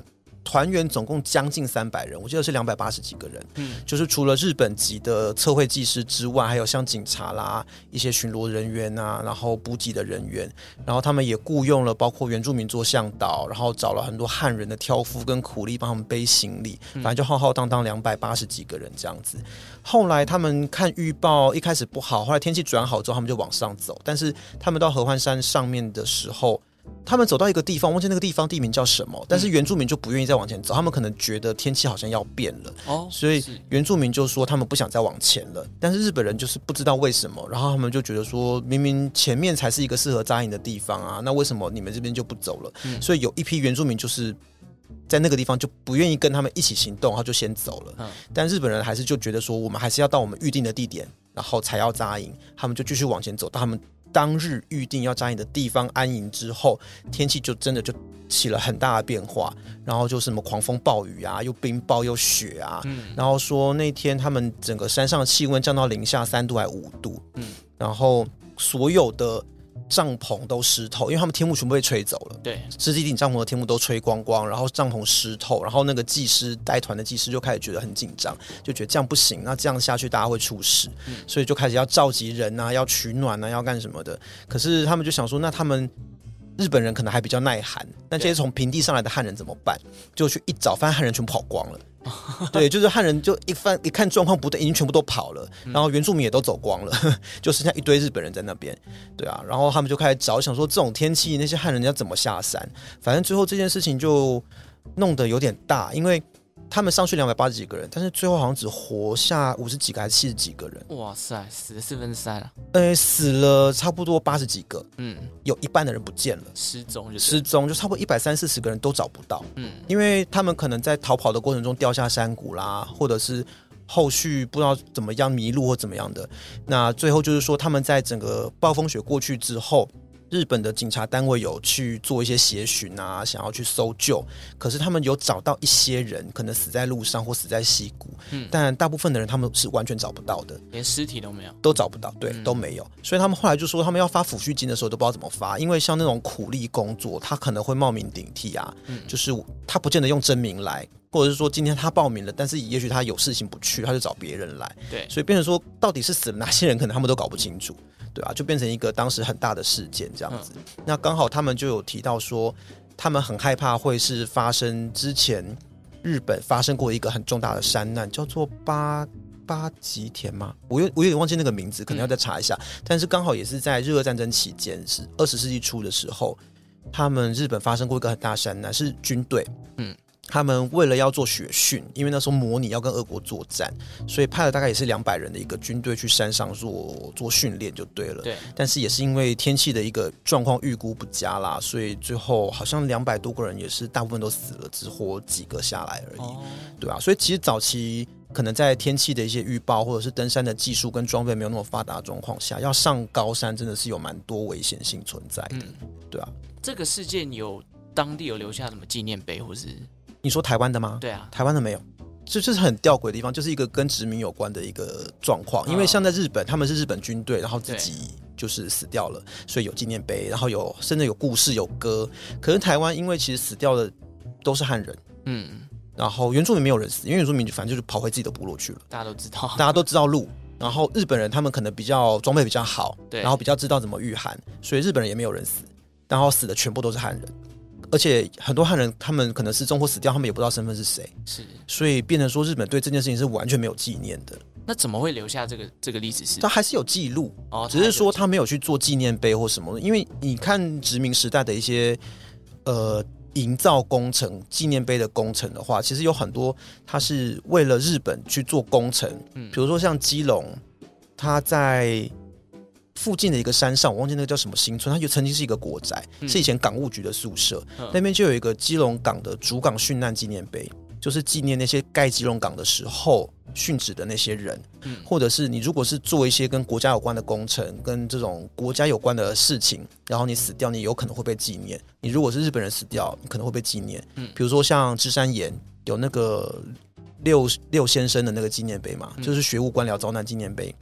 [SPEAKER 2] 团员总共将近三百人，我记得是两百八十几个人。
[SPEAKER 1] 嗯
[SPEAKER 2] 就是除了日本籍的测绘技师之外，还有像警察啦、一些巡逻人员啊，然后补给的人员，然后他们也雇佣了包括原住民做向导，然后找了很多汉人的挑夫跟苦力帮他们背行李，反正就浩浩荡荡两百八十几个人这样子。后来他们看预报，一开始不好，后来天气转好之后，他们就往上走，但是他们到合欢山上面的时候。他们走到一个地方，忘记那个地方地名叫什么，但是原住民就不愿意再往前走，他们可能觉得天气好像要变了，
[SPEAKER 1] 哦，
[SPEAKER 2] 所以
[SPEAKER 1] 是
[SPEAKER 2] 原住民就说他们不想再往前了，但是日本人就是不知道为什么，然后他们就觉得说，明明前面才是一个适合扎营的地方啊，那为什么你们这边就不走了？
[SPEAKER 1] 嗯
[SPEAKER 2] 所以有一批原住民就是在那个地方就不愿意跟他们一起行动，他就先走了。
[SPEAKER 1] 嗯
[SPEAKER 2] 但日本人还是就觉得说，我们还是要到我们预定的地点，然后才要扎营，他们就继续往前走到他们。当日预定要扎营的地方安营之后，天气就真的就起了很大的变化，然后就是什么狂风暴雨啊，又冰雹又雪啊，
[SPEAKER 1] 嗯
[SPEAKER 2] 然后说那天他们整个山上的气温降到零下三度还五度，
[SPEAKER 1] 嗯
[SPEAKER 2] 嗯，然后所有的帐篷都湿透，因为他们天幕全部被吹走了。
[SPEAKER 1] 对，
[SPEAKER 2] 湿地顶帐篷的天幕都吹光光，然后帐篷湿透，然后那个技师带团的技师就开始觉得很紧张，就觉得这样不行，那这样下去大家会出事，所以就开始要召集人啊，要取暖啊，要干什么的。可是他们就想说，那他们日本人可能还比较耐寒，那这些从平地上来的汉人怎么办？就去一找，发现汉人全部跑光了。对，就是汉人就一翻一看状况不对，已经全部都跑了，然后原住民也都走光了， 就剩下一堆日本人在那边。对啊，然后他们就开始找，想说这种天气那些汉人要怎么下山？反正最后这件事情就弄得有点大，因为他们上去两百八十几个人，但是最后好像只活下五十几个还是七十几个人，
[SPEAKER 1] 哇塞，死了四分之三了，
[SPEAKER 2] 呃，死了差不多八十几个，
[SPEAKER 1] 嗯，
[SPEAKER 2] 有一半的人不见了，
[SPEAKER 1] 失踪就
[SPEAKER 2] 失
[SPEAKER 1] 是，
[SPEAKER 2] 踪，就差不多一百三四十个人都找不到。
[SPEAKER 1] 嗯
[SPEAKER 2] 因为他们可能在逃跑的过程中掉下山谷啦，或者是后续不知道怎么样迷路或怎么样的。那最后就是说，他们在整个暴风雪过去之后，日本的警察单位有去做一些协寻啊，想要去搜救，可是他们有找到一些人可能死在路上或死在溪谷，
[SPEAKER 1] 嗯
[SPEAKER 2] 但大部分的人他们是完全找不到的。
[SPEAKER 1] 连尸体都没有，
[SPEAKER 2] 都找不到，对，
[SPEAKER 1] 嗯
[SPEAKER 2] 都没有。所以他们后来就说，他们要发抚恤金的时候都不知道怎么发，因为像那种苦力工作，他可能会冒名顶替啊，
[SPEAKER 1] 嗯
[SPEAKER 2] 就是他不见得用真名来，或者是说今天他报名了，但是也许他有事情不去，他就找别人来，
[SPEAKER 1] 对，
[SPEAKER 2] 所以变成说到底是死了哪些人，可能他们都搞不清楚，对啊，就变成一个当时很大的事件这样子。那刚好他们就有提到说，他们很害怕会是发生之前日本发生过一个很重大的山难，叫做八。八吉田吗？我有我有点忘记那个名字，可能要再查一下。但是刚好也是在日俄战争期间，是二十世纪初的时候，他们日本发生过一个很大山难，是军队，
[SPEAKER 1] 嗯
[SPEAKER 2] 嗯，他们为了要做血训，因为那时候模拟要跟俄国作战，所以派了大概也是两百人的一个军队去山上做做训练就对了。
[SPEAKER 1] 对，
[SPEAKER 2] 但是也是因为天气的一个状况预估不佳啦，所以最后好像两百多个人也是大部分都死了，只活几个下来而已。
[SPEAKER 1] 哦，
[SPEAKER 2] 对啊，所以其实早期可能在天气的一些预报，或者是登山的技术跟装备没有那么发达的状况下，要上高山真的是有蛮多危险性存在的。
[SPEAKER 1] 嗯，
[SPEAKER 2] 对啊，
[SPEAKER 1] 这个事件有当地有留下什么纪念碑，或是
[SPEAKER 2] 你说台湾的吗？
[SPEAKER 1] 对啊，
[SPEAKER 2] 台湾的没有。这这是很吊诡的地方，就是一个跟殖民有关的一个状况。因为
[SPEAKER 1] 嗯
[SPEAKER 2] 像在日本，他们是日本军队，然后自己就是死掉了，所以有纪念碑，然后有甚至有故事、有歌。可是台湾，因为其实死掉的都是汉人，
[SPEAKER 1] 嗯，
[SPEAKER 2] 然后原住民没有人死，因为原住民反正就是跑回自己的部落去了。
[SPEAKER 1] 大家都知道，
[SPEAKER 2] 大家都知道路。然后日本人他们可能比较装备比较好，
[SPEAKER 1] 对
[SPEAKER 2] 然后比较知道怎么御寒，所以日本人也没有人死，然后死的全部都是汉人，而且很多汉人他们可能失踪或死掉，他们也不知道身份是谁，
[SPEAKER 1] 是，
[SPEAKER 2] 所以变成说日本对这件事情是完全没有纪念的，
[SPEAKER 1] 那怎么会留下这个这个历史事
[SPEAKER 2] 他？还是有记录，
[SPEAKER 1] 哦，
[SPEAKER 2] 只是说他没有去做纪念碑或什么，因为你看殖民时代的一些呃营造工程、纪念碑的工程的话，其实有很多它是为了日本去做工程，
[SPEAKER 1] 嗯
[SPEAKER 2] 比如说像基隆，它在附近的一个山上，我忘记那个叫什么新村，它就曾经是一个国宅，
[SPEAKER 1] 嗯
[SPEAKER 2] 是以前港务局的宿舍，
[SPEAKER 1] 嗯
[SPEAKER 2] 那边就有一个基隆港的主港殉难纪念碑，就是纪念那些盖基隆港的时候殉职的那些人。
[SPEAKER 1] 嗯
[SPEAKER 2] 或者是你如果是做一些跟国家有关的工程、跟这种国家有关的事情，然后你死掉，你有可能会被纪念；你如果是日本人死掉，你可能会被纪念。
[SPEAKER 1] 嗯
[SPEAKER 2] 比如说像芝山岩有那个六六先生的那个纪念碑嘛，
[SPEAKER 1] 嗯
[SPEAKER 2] 就是学务官僚遭难纪念碑。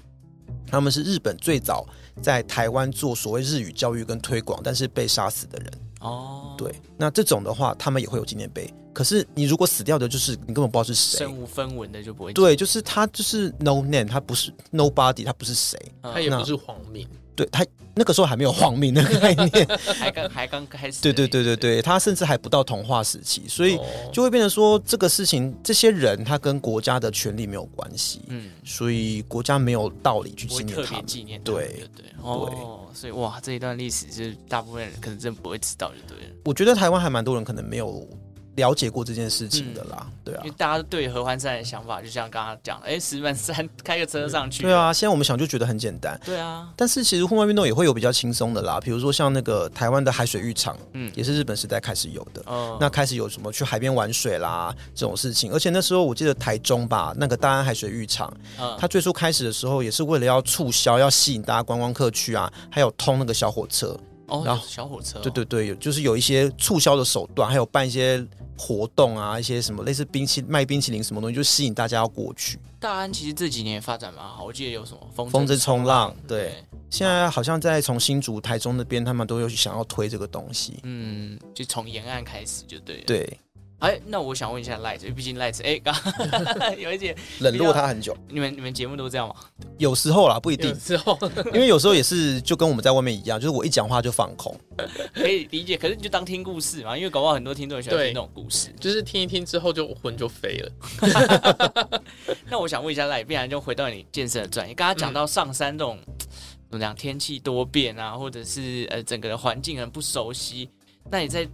[SPEAKER 2] 他们是日本最早在台湾做所谓日语教育跟推广，但是被杀死的人。
[SPEAKER 1] 哦，
[SPEAKER 2] 对，那这种的话，他们也会有纪念碑。可是你如果死掉的，就是你根本不知道是谁
[SPEAKER 1] 身，无分文的就不会
[SPEAKER 2] 对，就是他就是 no name，他不是 nobody，他不是谁。
[SPEAKER 1] 嗯
[SPEAKER 3] 他也不是皇民，
[SPEAKER 2] 对他那个时候还没有皇命的概 念，
[SPEAKER 1] 还刚还刚开始，
[SPEAKER 2] 对对对对对，他甚至还不到童话时期，所以
[SPEAKER 3] 哦
[SPEAKER 2] 就会变成说这个事情，这些人他跟国家的权利没有关系，
[SPEAKER 1] 嗯，
[SPEAKER 2] 所以国家没有道理去
[SPEAKER 1] 不会
[SPEAKER 2] 纪念
[SPEAKER 1] 特
[SPEAKER 2] 他
[SPEAKER 1] 别
[SPEAKER 2] 们。
[SPEAKER 1] 纪念他们，
[SPEAKER 2] 对
[SPEAKER 1] 对对，哦，所以哇，这一段历史就是大部分人可能真不会知道，就对了，
[SPEAKER 2] 我觉得台湾还蛮多人可能没有了解过这件事情的啦，对啊
[SPEAKER 1] 嗯因为。大家对合欢山的想法，就像刚刚讲的，哎，石门山开个车上去，
[SPEAKER 2] 对，啊，现在我们想就觉得很简单，
[SPEAKER 1] 对啊，
[SPEAKER 2] 但是其实户外运动也会有比较轻松的啦，比如说像那个台湾的海水浴场，
[SPEAKER 1] 嗯
[SPEAKER 2] 也是日本时代开始有的。
[SPEAKER 1] 哦，
[SPEAKER 2] 那开始有什么去海边玩水啦这种事情，而且那时候我记得台中吧，那个大安海水浴场，
[SPEAKER 1] 嗯
[SPEAKER 2] 它最初开始的时候也是为了要促销，要吸引大家观光客去啊，还有通那个小火车，
[SPEAKER 1] 哦，
[SPEAKER 2] 然
[SPEAKER 1] 有
[SPEAKER 2] 后
[SPEAKER 1] 小火车哦，
[SPEAKER 2] 对对对，有就是有一些促销的手段，还有办一些活动啊，一些什么类似冰淇卖冰淇淋什么东西，就吸引大家要过去。
[SPEAKER 1] 大安其实这几年也发展蛮好，我记得有什么风
[SPEAKER 2] 风筝
[SPEAKER 1] 筝
[SPEAKER 2] 冲浪，对，
[SPEAKER 1] 对，
[SPEAKER 2] 现在好像在从新竹、台中那边，他们都有想要推这个东西。
[SPEAKER 1] 嗯，就从沿岸开始就对了。，
[SPEAKER 2] 对，
[SPEAKER 1] 哎，那我想问一下赖子，因为毕竟赖子，哎，刚 有一点，
[SPEAKER 2] 冷落他很久，
[SPEAKER 1] 你们你们节目都这样吗？
[SPEAKER 2] 有时候啦，不一定
[SPEAKER 3] 有，之后
[SPEAKER 2] 因为有时候也是就跟我们在外面一样，就是我一讲话就放空。
[SPEAKER 1] 可以理解，可是你就当听故事嘛，因为搞不好很多听众也喜欢听那种故事。
[SPEAKER 3] 就是听一听之后就魂就飞了。
[SPEAKER 1] 那我想问一下赖，不然就回到你健身的专业，刚刚讲到上山这种、嗯怎啊么讲，天气多变啊，或者是呃整个的环境很不熟悉，那你在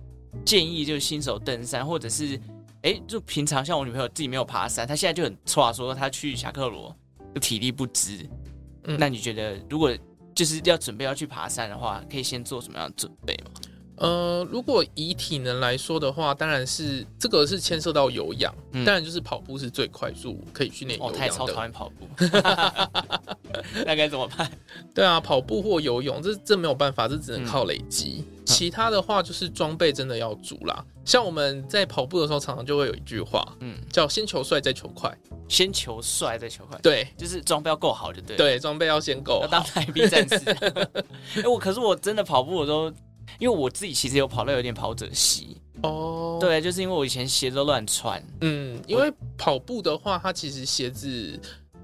[SPEAKER 1] 建议就是新手登山，或者是哎就平常像我女朋友自己没有爬山，她现在就很歘说她去侠客罗就体力不支，
[SPEAKER 3] 嗯
[SPEAKER 1] 那你觉得如果就是要准备要去爬山的话，可以先做什么样的准备吗？
[SPEAKER 3] 呃，如果以体能来说的话，当然是这个是牵涉到有氧，
[SPEAKER 1] 嗯
[SPEAKER 3] 当然就是跑步是最快速可以训练
[SPEAKER 1] 哦，
[SPEAKER 3] 有
[SPEAKER 1] 她也
[SPEAKER 3] 氧
[SPEAKER 1] 超讨
[SPEAKER 3] 的。
[SPEAKER 1] 厌跑步， 那该怎么办？
[SPEAKER 3] 对啊，跑步或游泳，这这没有办法，这只能
[SPEAKER 1] 嗯
[SPEAKER 3] 靠累积。其他的话就是装备真的要足啦。像我们在跑步的时候，常常就会有一句话
[SPEAKER 1] 嗯，
[SPEAKER 3] 叫“先求帅，再求快
[SPEAKER 1] 先求帅再求快”。。
[SPEAKER 3] 对
[SPEAKER 1] 就是装备要够好就对了。
[SPEAKER 3] 对，装备要先
[SPEAKER 1] 要
[SPEAKER 3] 够好。
[SPEAKER 1] 当台币战 士。哎、我可是我真的跑步我都，因为我自己其实有跑到有点跑者膝，
[SPEAKER 3] 哦，，
[SPEAKER 1] 对，就是因为我以前鞋都乱穿，
[SPEAKER 3] 嗯，因为跑步的话，它其实鞋子，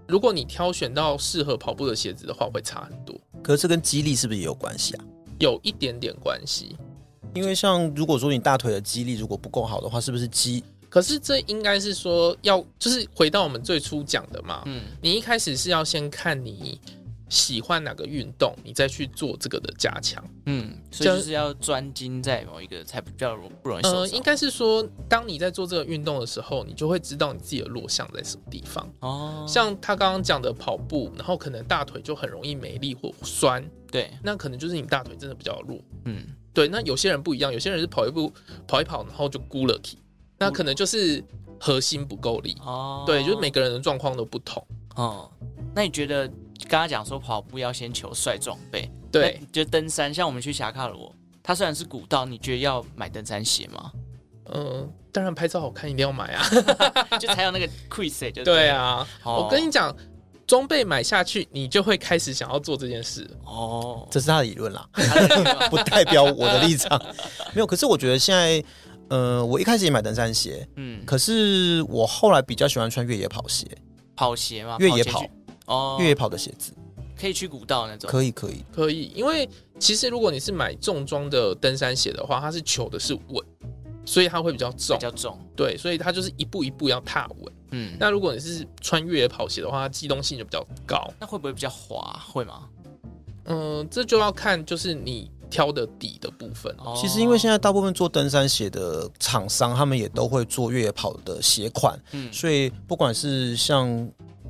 [SPEAKER 3] 如果你挑选到适合跑步的鞋子的话，会差很多，
[SPEAKER 2] 可是这跟肌力是不是也有关系啊？
[SPEAKER 3] 有一点点关系。
[SPEAKER 2] 因为像如果说你大腿的肌力如果不够好的话，是不是肌
[SPEAKER 3] 可是这应该是说要，就是回到我们最初讲的嘛，
[SPEAKER 1] 嗯，
[SPEAKER 3] 你一开始是要先看你喜欢哪个运动，你再去做这个的加强。
[SPEAKER 1] 嗯，所以就是要专精在某一个才比较容不容易受
[SPEAKER 3] 呃，
[SPEAKER 1] 伤。
[SPEAKER 3] 应该是说，当你在做这个运动的时候，你就会知道你自己的弱项在什么地方。
[SPEAKER 1] 哦，
[SPEAKER 3] 像他刚刚讲的跑步，然后可能大腿就很容易没力或酸，
[SPEAKER 1] 对，
[SPEAKER 3] 那可能就是你大腿真的比较弱。
[SPEAKER 1] 嗯，
[SPEAKER 3] 对，那有些人不一样，有些人是跑一步跑一跑，然后就咕了体，那可能就是核心不够力。
[SPEAKER 1] 哦，
[SPEAKER 3] 对，就是每个人的状况都不同。
[SPEAKER 1] 哦，那你觉得刚刚讲说跑步要先求帅装备，
[SPEAKER 3] 对，
[SPEAKER 1] 那就登山，像我们去侠卡罗。它虽然是古道，你觉得要买登山鞋 吗？
[SPEAKER 3] 嗯、当然拍照好看一定要买啊。
[SPEAKER 1] 就才有那个 quiz 就
[SPEAKER 3] 对，啊，
[SPEAKER 1] 哦
[SPEAKER 3] 我跟你讲，装备买下去，你就会开始想要做这件事了。
[SPEAKER 1] 哦，
[SPEAKER 2] 这是他的理论啦，
[SPEAKER 1] 它的那个
[SPEAKER 2] 不代表我的立场。没有，可是我觉得现在，呃，我一开始也买登山鞋，
[SPEAKER 1] 嗯，
[SPEAKER 2] 可是我后来比较喜欢穿越野跑鞋，
[SPEAKER 1] 跑鞋吗？
[SPEAKER 2] 越野
[SPEAKER 1] 鞋
[SPEAKER 2] 跑
[SPEAKER 1] 去哦，
[SPEAKER 2] 越野跑的鞋子
[SPEAKER 1] 可以去古道那种。
[SPEAKER 2] 可以可以。
[SPEAKER 3] 可以，因为其实如果你是买重装的登山鞋的话，它是求的是稳，所以它会比较重
[SPEAKER 1] 比。较重，
[SPEAKER 3] 对，所以它就是一步一步要踏稳。
[SPEAKER 1] 嗯，那
[SPEAKER 3] 那如果你是穿越野跑鞋的话，它机动性就比较高。
[SPEAKER 1] 那会不会比较滑？会吗？
[SPEAKER 3] 嗯，这就要看就是你挑的底的部分。
[SPEAKER 1] 哦
[SPEAKER 2] 其实因为现在大部分做登山鞋的厂商，他们也都会做越野跑的鞋款，
[SPEAKER 1] 嗯
[SPEAKER 2] 所以不管是像。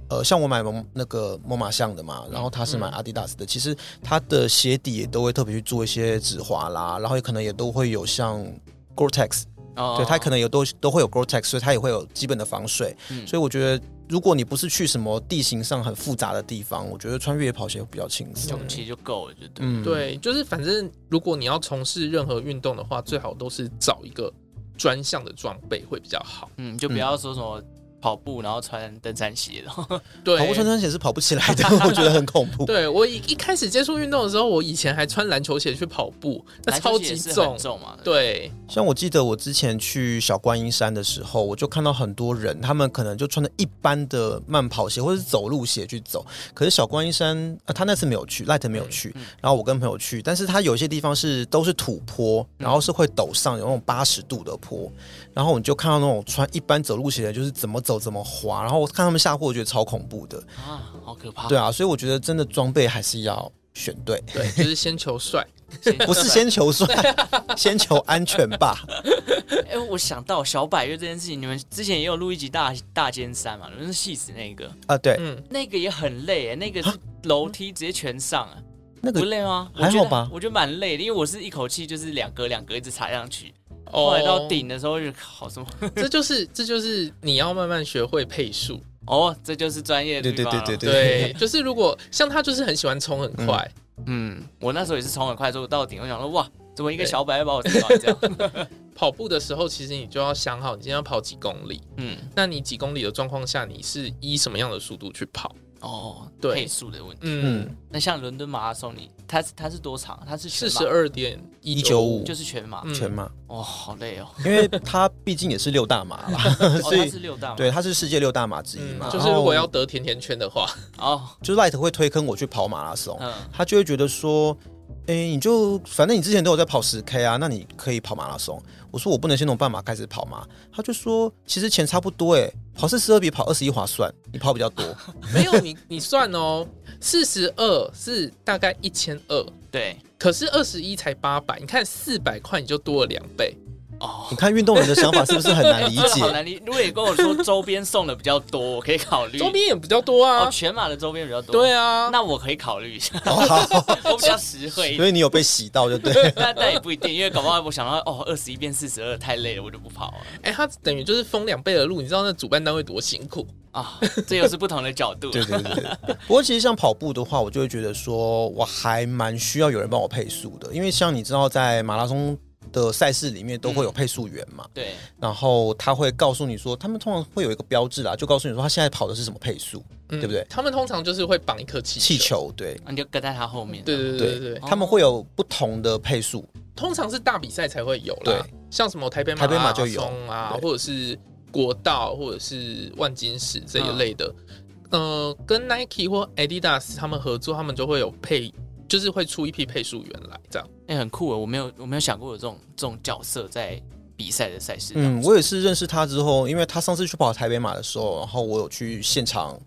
[SPEAKER 2] 呃，像我买蒙那个蒙马象的嘛，然后他是买
[SPEAKER 3] 嗯
[SPEAKER 2] 阿迪达斯的，其实它的鞋底也都会特别去做一些指滑啦，然后也可能也都会有像 Gore-Tex，、
[SPEAKER 1] 哦
[SPEAKER 2] 对，它可能有都都会有 Gore-Tex，所以它也会有基本的防水，
[SPEAKER 1] 嗯
[SPEAKER 2] 所以我觉得如果你不是去什么地形上很复杂的地方，我觉得穿越野跑鞋会比较轻松。
[SPEAKER 1] 勇气就够了，就对。
[SPEAKER 2] 嗯，
[SPEAKER 3] 对，就是反正如果你要从事任何运动的话，最好都是找一个专项的装备会比较好。
[SPEAKER 1] 嗯，就不要说什么跑步然后穿登山鞋 了。
[SPEAKER 3] 对，
[SPEAKER 2] 跑步穿山鞋是跑不起来的， 我觉得很恐怖。
[SPEAKER 3] 对我一一开始接触运动的时候，我以前还穿篮球鞋去跑步，那
[SPEAKER 1] 篮
[SPEAKER 3] 超
[SPEAKER 1] 球鞋
[SPEAKER 3] 级
[SPEAKER 1] 是
[SPEAKER 3] 重
[SPEAKER 1] 很。重嘛。不，
[SPEAKER 3] 对，
[SPEAKER 2] 像我记得我之前去小观音山的时候，我就看到很多人，他们可能就穿着一般的慢跑鞋或者是走路鞋去走。可是小观音山，啊、他那次没有去，Light 没有去，
[SPEAKER 1] 嗯
[SPEAKER 2] 然后我跟朋友去，但是他有些地方是都是土坡，
[SPEAKER 1] 嗯
[SPEAKER 2] 然后是会陡上，有那种八十度的坡，然后你就看到那种穿一般走路鞋的，就是怎么走怎么滑，然后我看他们下坡，我觉得超恐怖的。
[SPEAKER 1] 啊，好可怕。
[SPEAKER 2] 对啊，所以我觉得真的装备还是要选对，
[SPEAKER 3] 对，就是先求 帅。
[SPEAKER 1] 先
[SPEAKER 2] 不是先 求帅，先求安全吧。
[SPEAKER 1] 哎、我想到小百岳这件事情，你们之前也有录一集大大尖山嘛，你们是戏死那个，
[SPEAKER 2] 啊，对，
[SPEAKER 3] 嗯，
[SPEAKER 1] 那个也很累哎，那个
[SPEAKER 2] 啊
[SPEAKER 1] 是楼梯直接全上啊，
[SPEAKER 2] 那
[SPEAKER 1] 不
[SPEAKER 2] 个
[SPEAKER 1] 累吗？
[SPEAKER 2] 还好
[SPEAKER 1] 我觉得
[SPEAKER 2] 吧
[SPEAKER 1] 我觉得蛮累的，因为我是一口气就是两格两格一直踩上去，后
[SPEAKER 3] 哦
[SPEAKER 1] 来到， 顶的时候就好什么
[SPEAKER 3] 这就是这就是你要慢慢学会配速。
[SPEAKER 1] 哦，这就是专业的
[SPEAKER 2] 对
[SPEAKER 1] 地
[SPEAKER 2] 对
[SPEAKER 1] 方
[SPEAKER 2] 对
[SPEAKER 1] 了
[SPEAKER 2] 对
[SPEAKER 3] 对，就是如果像他就是很喜欢冲很快，
[SPEAKER 1] 嗯，我那时候也是冲很快，所以我到顶，我想说哇，怎么一个
[SPEAKER 3] 对
[SPEAKER 1] 小百岳把我踩到这样？
[SPEAKER 3] 跑步的时候，其实你就要想好你今天要跑几公里，
[SPEAKER 1] 嗯，
[SPEAKER 3] 那你几公里的状况下，你是以什么样的速度去跑？
[SPEAKER 1] 哦，
[SPEAKER 3] 对
[SPEAKER 1] 配速的问题。
[SPEAKER 3] 嗯，
[SPEAKER 2] 嗯，
[SPEAKER 1] 那像伦敦马拉松，你它它是多长？它是全
[SPEAKER 3] 四
[SPEAKER 1] 马
[SPEAKER 3] 十，二点一
[SPEAKER 2] 195
[SPEAKER 1] 就是全马。
[SPEAKER 3] 嗯
[SPEAKER 2] 全马，
[SPEAKER 1] 哦，好累 哦，
[SPEAKER 2] 因为它毕竟也是六大马啦，
[SPEAKER 1] 哦，
[SPEAKER 2] 所
[SPEAKER 1] 它
[SPEAKER 2] 以
[SPEAKER 1] 是六大嘛。
[SPEAKER 2] 对，它是世界六大马之一
[SPEAKER 3] 啊嗯
[SPEAKER 2] 嘛。，
[SPEAKER 3] 就是
[SPEAKER 2] 然后
[SPEAKER 3] 如果要得甜甜圈的话，
[SPEAKER 1] 哦，
[SPEAKER 2] 就是 Light 会推坑我去跑马拉松，
[SPEAKER 1] 嗯，
[SPEAKER 2] 他就会觉得说，哎、你就反正你之前都有在跑十 K 啊，那你可以跑马拉松。我说我不能先从半马开始跑嘛，他就说其实钱差不多哎、跑四十二比跑二十一划算，你跑比较 多。
[SPEAKER 3] 没有你你算哦，四十二是大概一千二，
[SPEAKER 1] 对，
[SPEAKER 3] 可是二十一才八百，你看四百块你就多了两倍，
[SPEAKER 1] 哦
[SPEAKER 2] 你，看运动人的想法是不是很难理
[SPEAKER 1] 这 好
[SPEAKER 2] 解？
[SPEAKER 1] 难理。如果你跟我说周边送的比较多，我可以考
[SPEAKER 2] 嗯
[SPEAKER 1] 虑。
[SPEAKER 3] 周边也比较多啊，
[SPEAKER 1] 哦，全马的周边比较多。
[SPEAKER 3] 对啊，
[SPEAKER 1] 那我可以考虑一 下，
[SPEAKER 2] 哦好，
[SPEAKER 1] 我比较实惠一
[SPEAKER 2] 所
[SPEAKER 1] 点。
[SPEAKER 2] 以你有被洗到就对。
[SPEAKER 1] 但但也不一定，因为搞不好我想到哦，二十一变四十二太累了，我就不跑了
[SPEAKER 3] 哎、他等于就是封两倍的路，你知道那主办单位多辛苦？
[SPEAKER 1] 啊。这又是不同的角度。啊
[SPEAKER 2] 对对对对。 不过其实像跑步的话，我就会觉得说，我还蛮需要有人帮我配速的，因为像你知道，在马拉松的赛事里面都会有配速员嘛，
[SPEAKER 1] 对
[SPEAKER 2] 然后他会告诉你说，他们通常会有一个标志啦，就告诉你说他现在跑的是什么配速，
[SPEAKER 3] 嗯
[SPEAKER 2] 对不对？
[SPEAKER 3] 他们通常就是会绑一颗气球
[SPEAKER 2] 气，球对。
[SPEAKER 1] 啊你就跟在他后面。
[SPEAKER 3] 对对对对对，
[SPEAKER 1] 哦
[SPEAKER 2] 他们会有不同的配速，
[SPEAKER 3] 通常是大比赛才会有啦
[SPEAKER 2] 对，
[SPEAKER 3] 像什么台北马
[SPEAKER 2] 台北
[SPEAKER 3] 马
[SPEAKER 2] 马就有
[SPEAKER 3] 啊，
[SPEAKER 2] 对
[SPEAKER 3] 或者是国道或者是万金石这一类的，
[SPEAKER 2] 嗯
[SPEAKER 3] 呃，跟 Nike 或 Adidas 他们合作，他们就会有配，就是会出一批配速员来这样。
[SPEAKER 1] 哎、很酷哦！我没有我没有想过有这种这种角色在比赛的赛事
[SPEAKER 2] 嗯
[SPEAKER 1] 当，中。
[SPEAKER 2] 我也是认识他之后，因为他上次去跑台北马的时候，然后我有去现场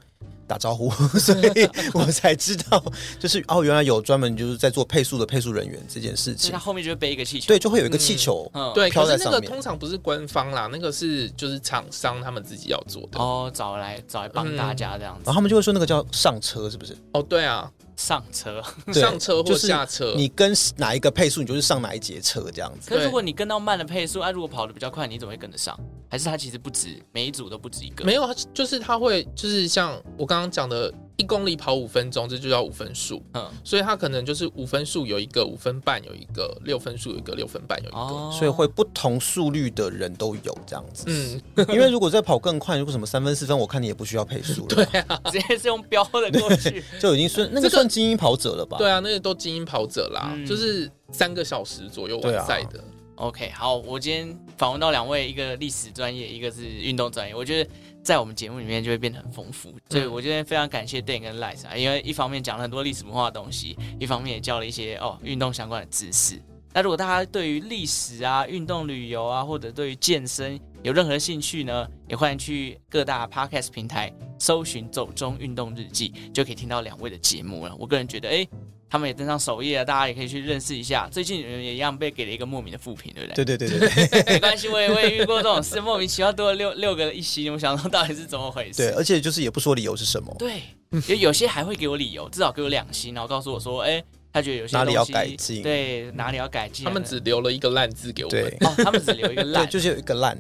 [SPEAKER 2] 打招呼， 所以我才知道，就是哦，原来有专门就是在做配速的配速人员这件事
[SPEAKER 1] 所以
[SPEAKER 2] 情
[SPEAKER 1] 他，后面就会背一个气球。
[SPEAKER 2] 对，就会有一个气球，
[SPEAKER 1] 嗯，
[SPEAKER 3] 对，
[SPEAKER 2] 哦飘
[SPEAKER 3] 可
[SPEAKER 2] 在
[SPEAKER 3] 是那
[SPEAKER 2] 上
[SPEAKER 3] 个
[SPEAKER 2] 面
[SPEAKER 3] 通常不是官方啦，那个是就是厂商他们自己要做的。哦
[SPEAKER 1] 哦，找来找来帮大家这样子、
[SPEAKER 2] 然后他们就会说那个叫上车，是不是？
[SPEAKER 3] 对啊，
[SPEAKER 1] 上车。
[SPEAKER 2] 对
[SPEAKER 3] 嗯上车或
[SPEAKER 2] 就是
[SPEAKER 3] 下车，
[SPEAKER 2] 你跟哪一个配速，你就是上哪一节车这样子。
[SPEAKER 1] 可是
[SPEAKER 3] 对
[SPEAKER 1] 如果你跟到慢的配速，啊，如果跑得比较快，你怎么会跟得上？还是他其实不止每一组都不止一个？
[SPEAKER 3] 没有，它就是它会，就是像我刚刚讲的，一公里跑五分钟，这就叫五分数。
[SPEAKER 1] 嗯，
[SPEAKER 3] 所以它可能就是五分数有一个，五分半有一个，六分数有一个，六分半有一个。
[SPEAKER 1] 哦，
[SPEAKER 2] 所以会不同速率的人都有这样子，
[SPEAKER 3] 嗯，
[SPEAKER 2] 因为如果再跑更快，如果什么三分四分，我看你也不需要配速了，对，
[SPEAKER 1] 直接是用标的过去。
[SPEAKER 2] 就已经算那
[SPEAKER 3] 这
[SPEAKER 2] 个
[SPEAKER 3] 个
[SPEAKER 2] 算精英跑者了吧？
[SPEAKER 3] 对啊，那个都精英跑者啦，
[SPEAKER 1] 嗯啊
[SPEAKER 3] 就是三个小时左右完赛的。
[SPEAKER 1] OK，好，我今天访问到两位，一个历史专业，一个是运动专业。我觉得在我们节目里面就会变得很丰富，所以我今天非常感谢 Dan 跟 l i s a 因为一方面讲了很多历史文化的东西，一方面也教了一些哦运动相关的知识。那如果大家对于历史啊、运动旅游啊，或者对于健身有任何兴趣呢，也欢迎去各大 Podcast 平台搜寻“走中运动日记”，就可以听到两位的节目了。我个人觉得，哎、他们也登上首页了，大家也可以去认识一下。最近也一样被给了一个莫名的负评，对不对？
[SPEAKER 2] 对对对对 对
[SPEAKER 1] 没关系，我也我也遇过这种事，莫名其妙多了六六个一星，我想说到底是怎么回
[SPEAKER 2] 对，
[SPEAKER 1] 事？
[SPEAKER 2] 而且就是也不说理由是什么，
[SPEAKER 1] 对，有有些还会给我理由，至少给我两星，然后告诉我说，哎、他觉得有些
[SPEAKER 2] 哪里要
[SPEAKER 1] 东西
[SPEAKER 2] 改进
[SPEAKER 1] 对，哪里要改进。
[SPEAKER 3] 他们只留了一个烂字给我们。
[SPEAKER 2] 对，
[SPEAKER 1] 哦，他们只留 一个
[SPEAKER 2] 对，
[SPEAKER 1] 烂，
[SPEAKER 2] 就是有一个烂，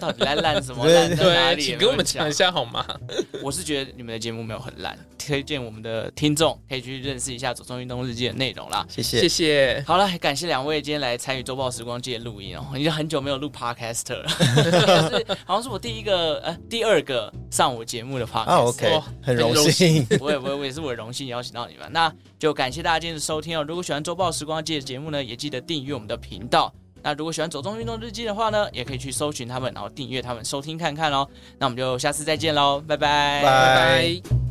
[SPEAKER 1] 到底烂烂什么？
[SPEAKER 2] 对
[SPEAKER 1] 烂在哪
[SPEAKER 3] 对，
[SPEAKER 1] 里？
[SPEAKER 3] 请给我们讲一
[SPEAKER 1] 下。
[SPEAKER 3] 下好吗？
[SPEAKER 1] 我是觉得你们的节目没有很烂，推荐我们的听众可以去认识一下《左中运动日记》的内容啦。
[SPEAKER 2] 谢
[SPEAKER 3] 谢
[SPEAKER 2] 谢。
[SPEAKER 3] 谢。
[SPEAKER 1] 好了，感谢两位今天来参与《周报时光机》的录音哦，已经很久没有录 podcast 了， 就是好像是我第一个呃第二个上我节目的 podcast。
[SPEAKER 2] 啊，OK，
[SPEAKER 3] 哦
[SPEAKER 2] 很荣
[SPEAKER 3] 很荣
[SPEAKER 2] 幸，
[SPEAKER 1] 我也我也我也是我的荣幸邀请到你们，那就感谢大家今天的收听哦。如果喜欢《周报时光机》的节目呢，也记得订阅我们的频道。那如果喜欢《走中运动日记》的话呢，也可以去搜寻他们，然后订阅他们收听看看哦。那我们就下次再见喽，拜拜，
[SPEAKER 2] 拜
[SPEAKER 3] 拜拜。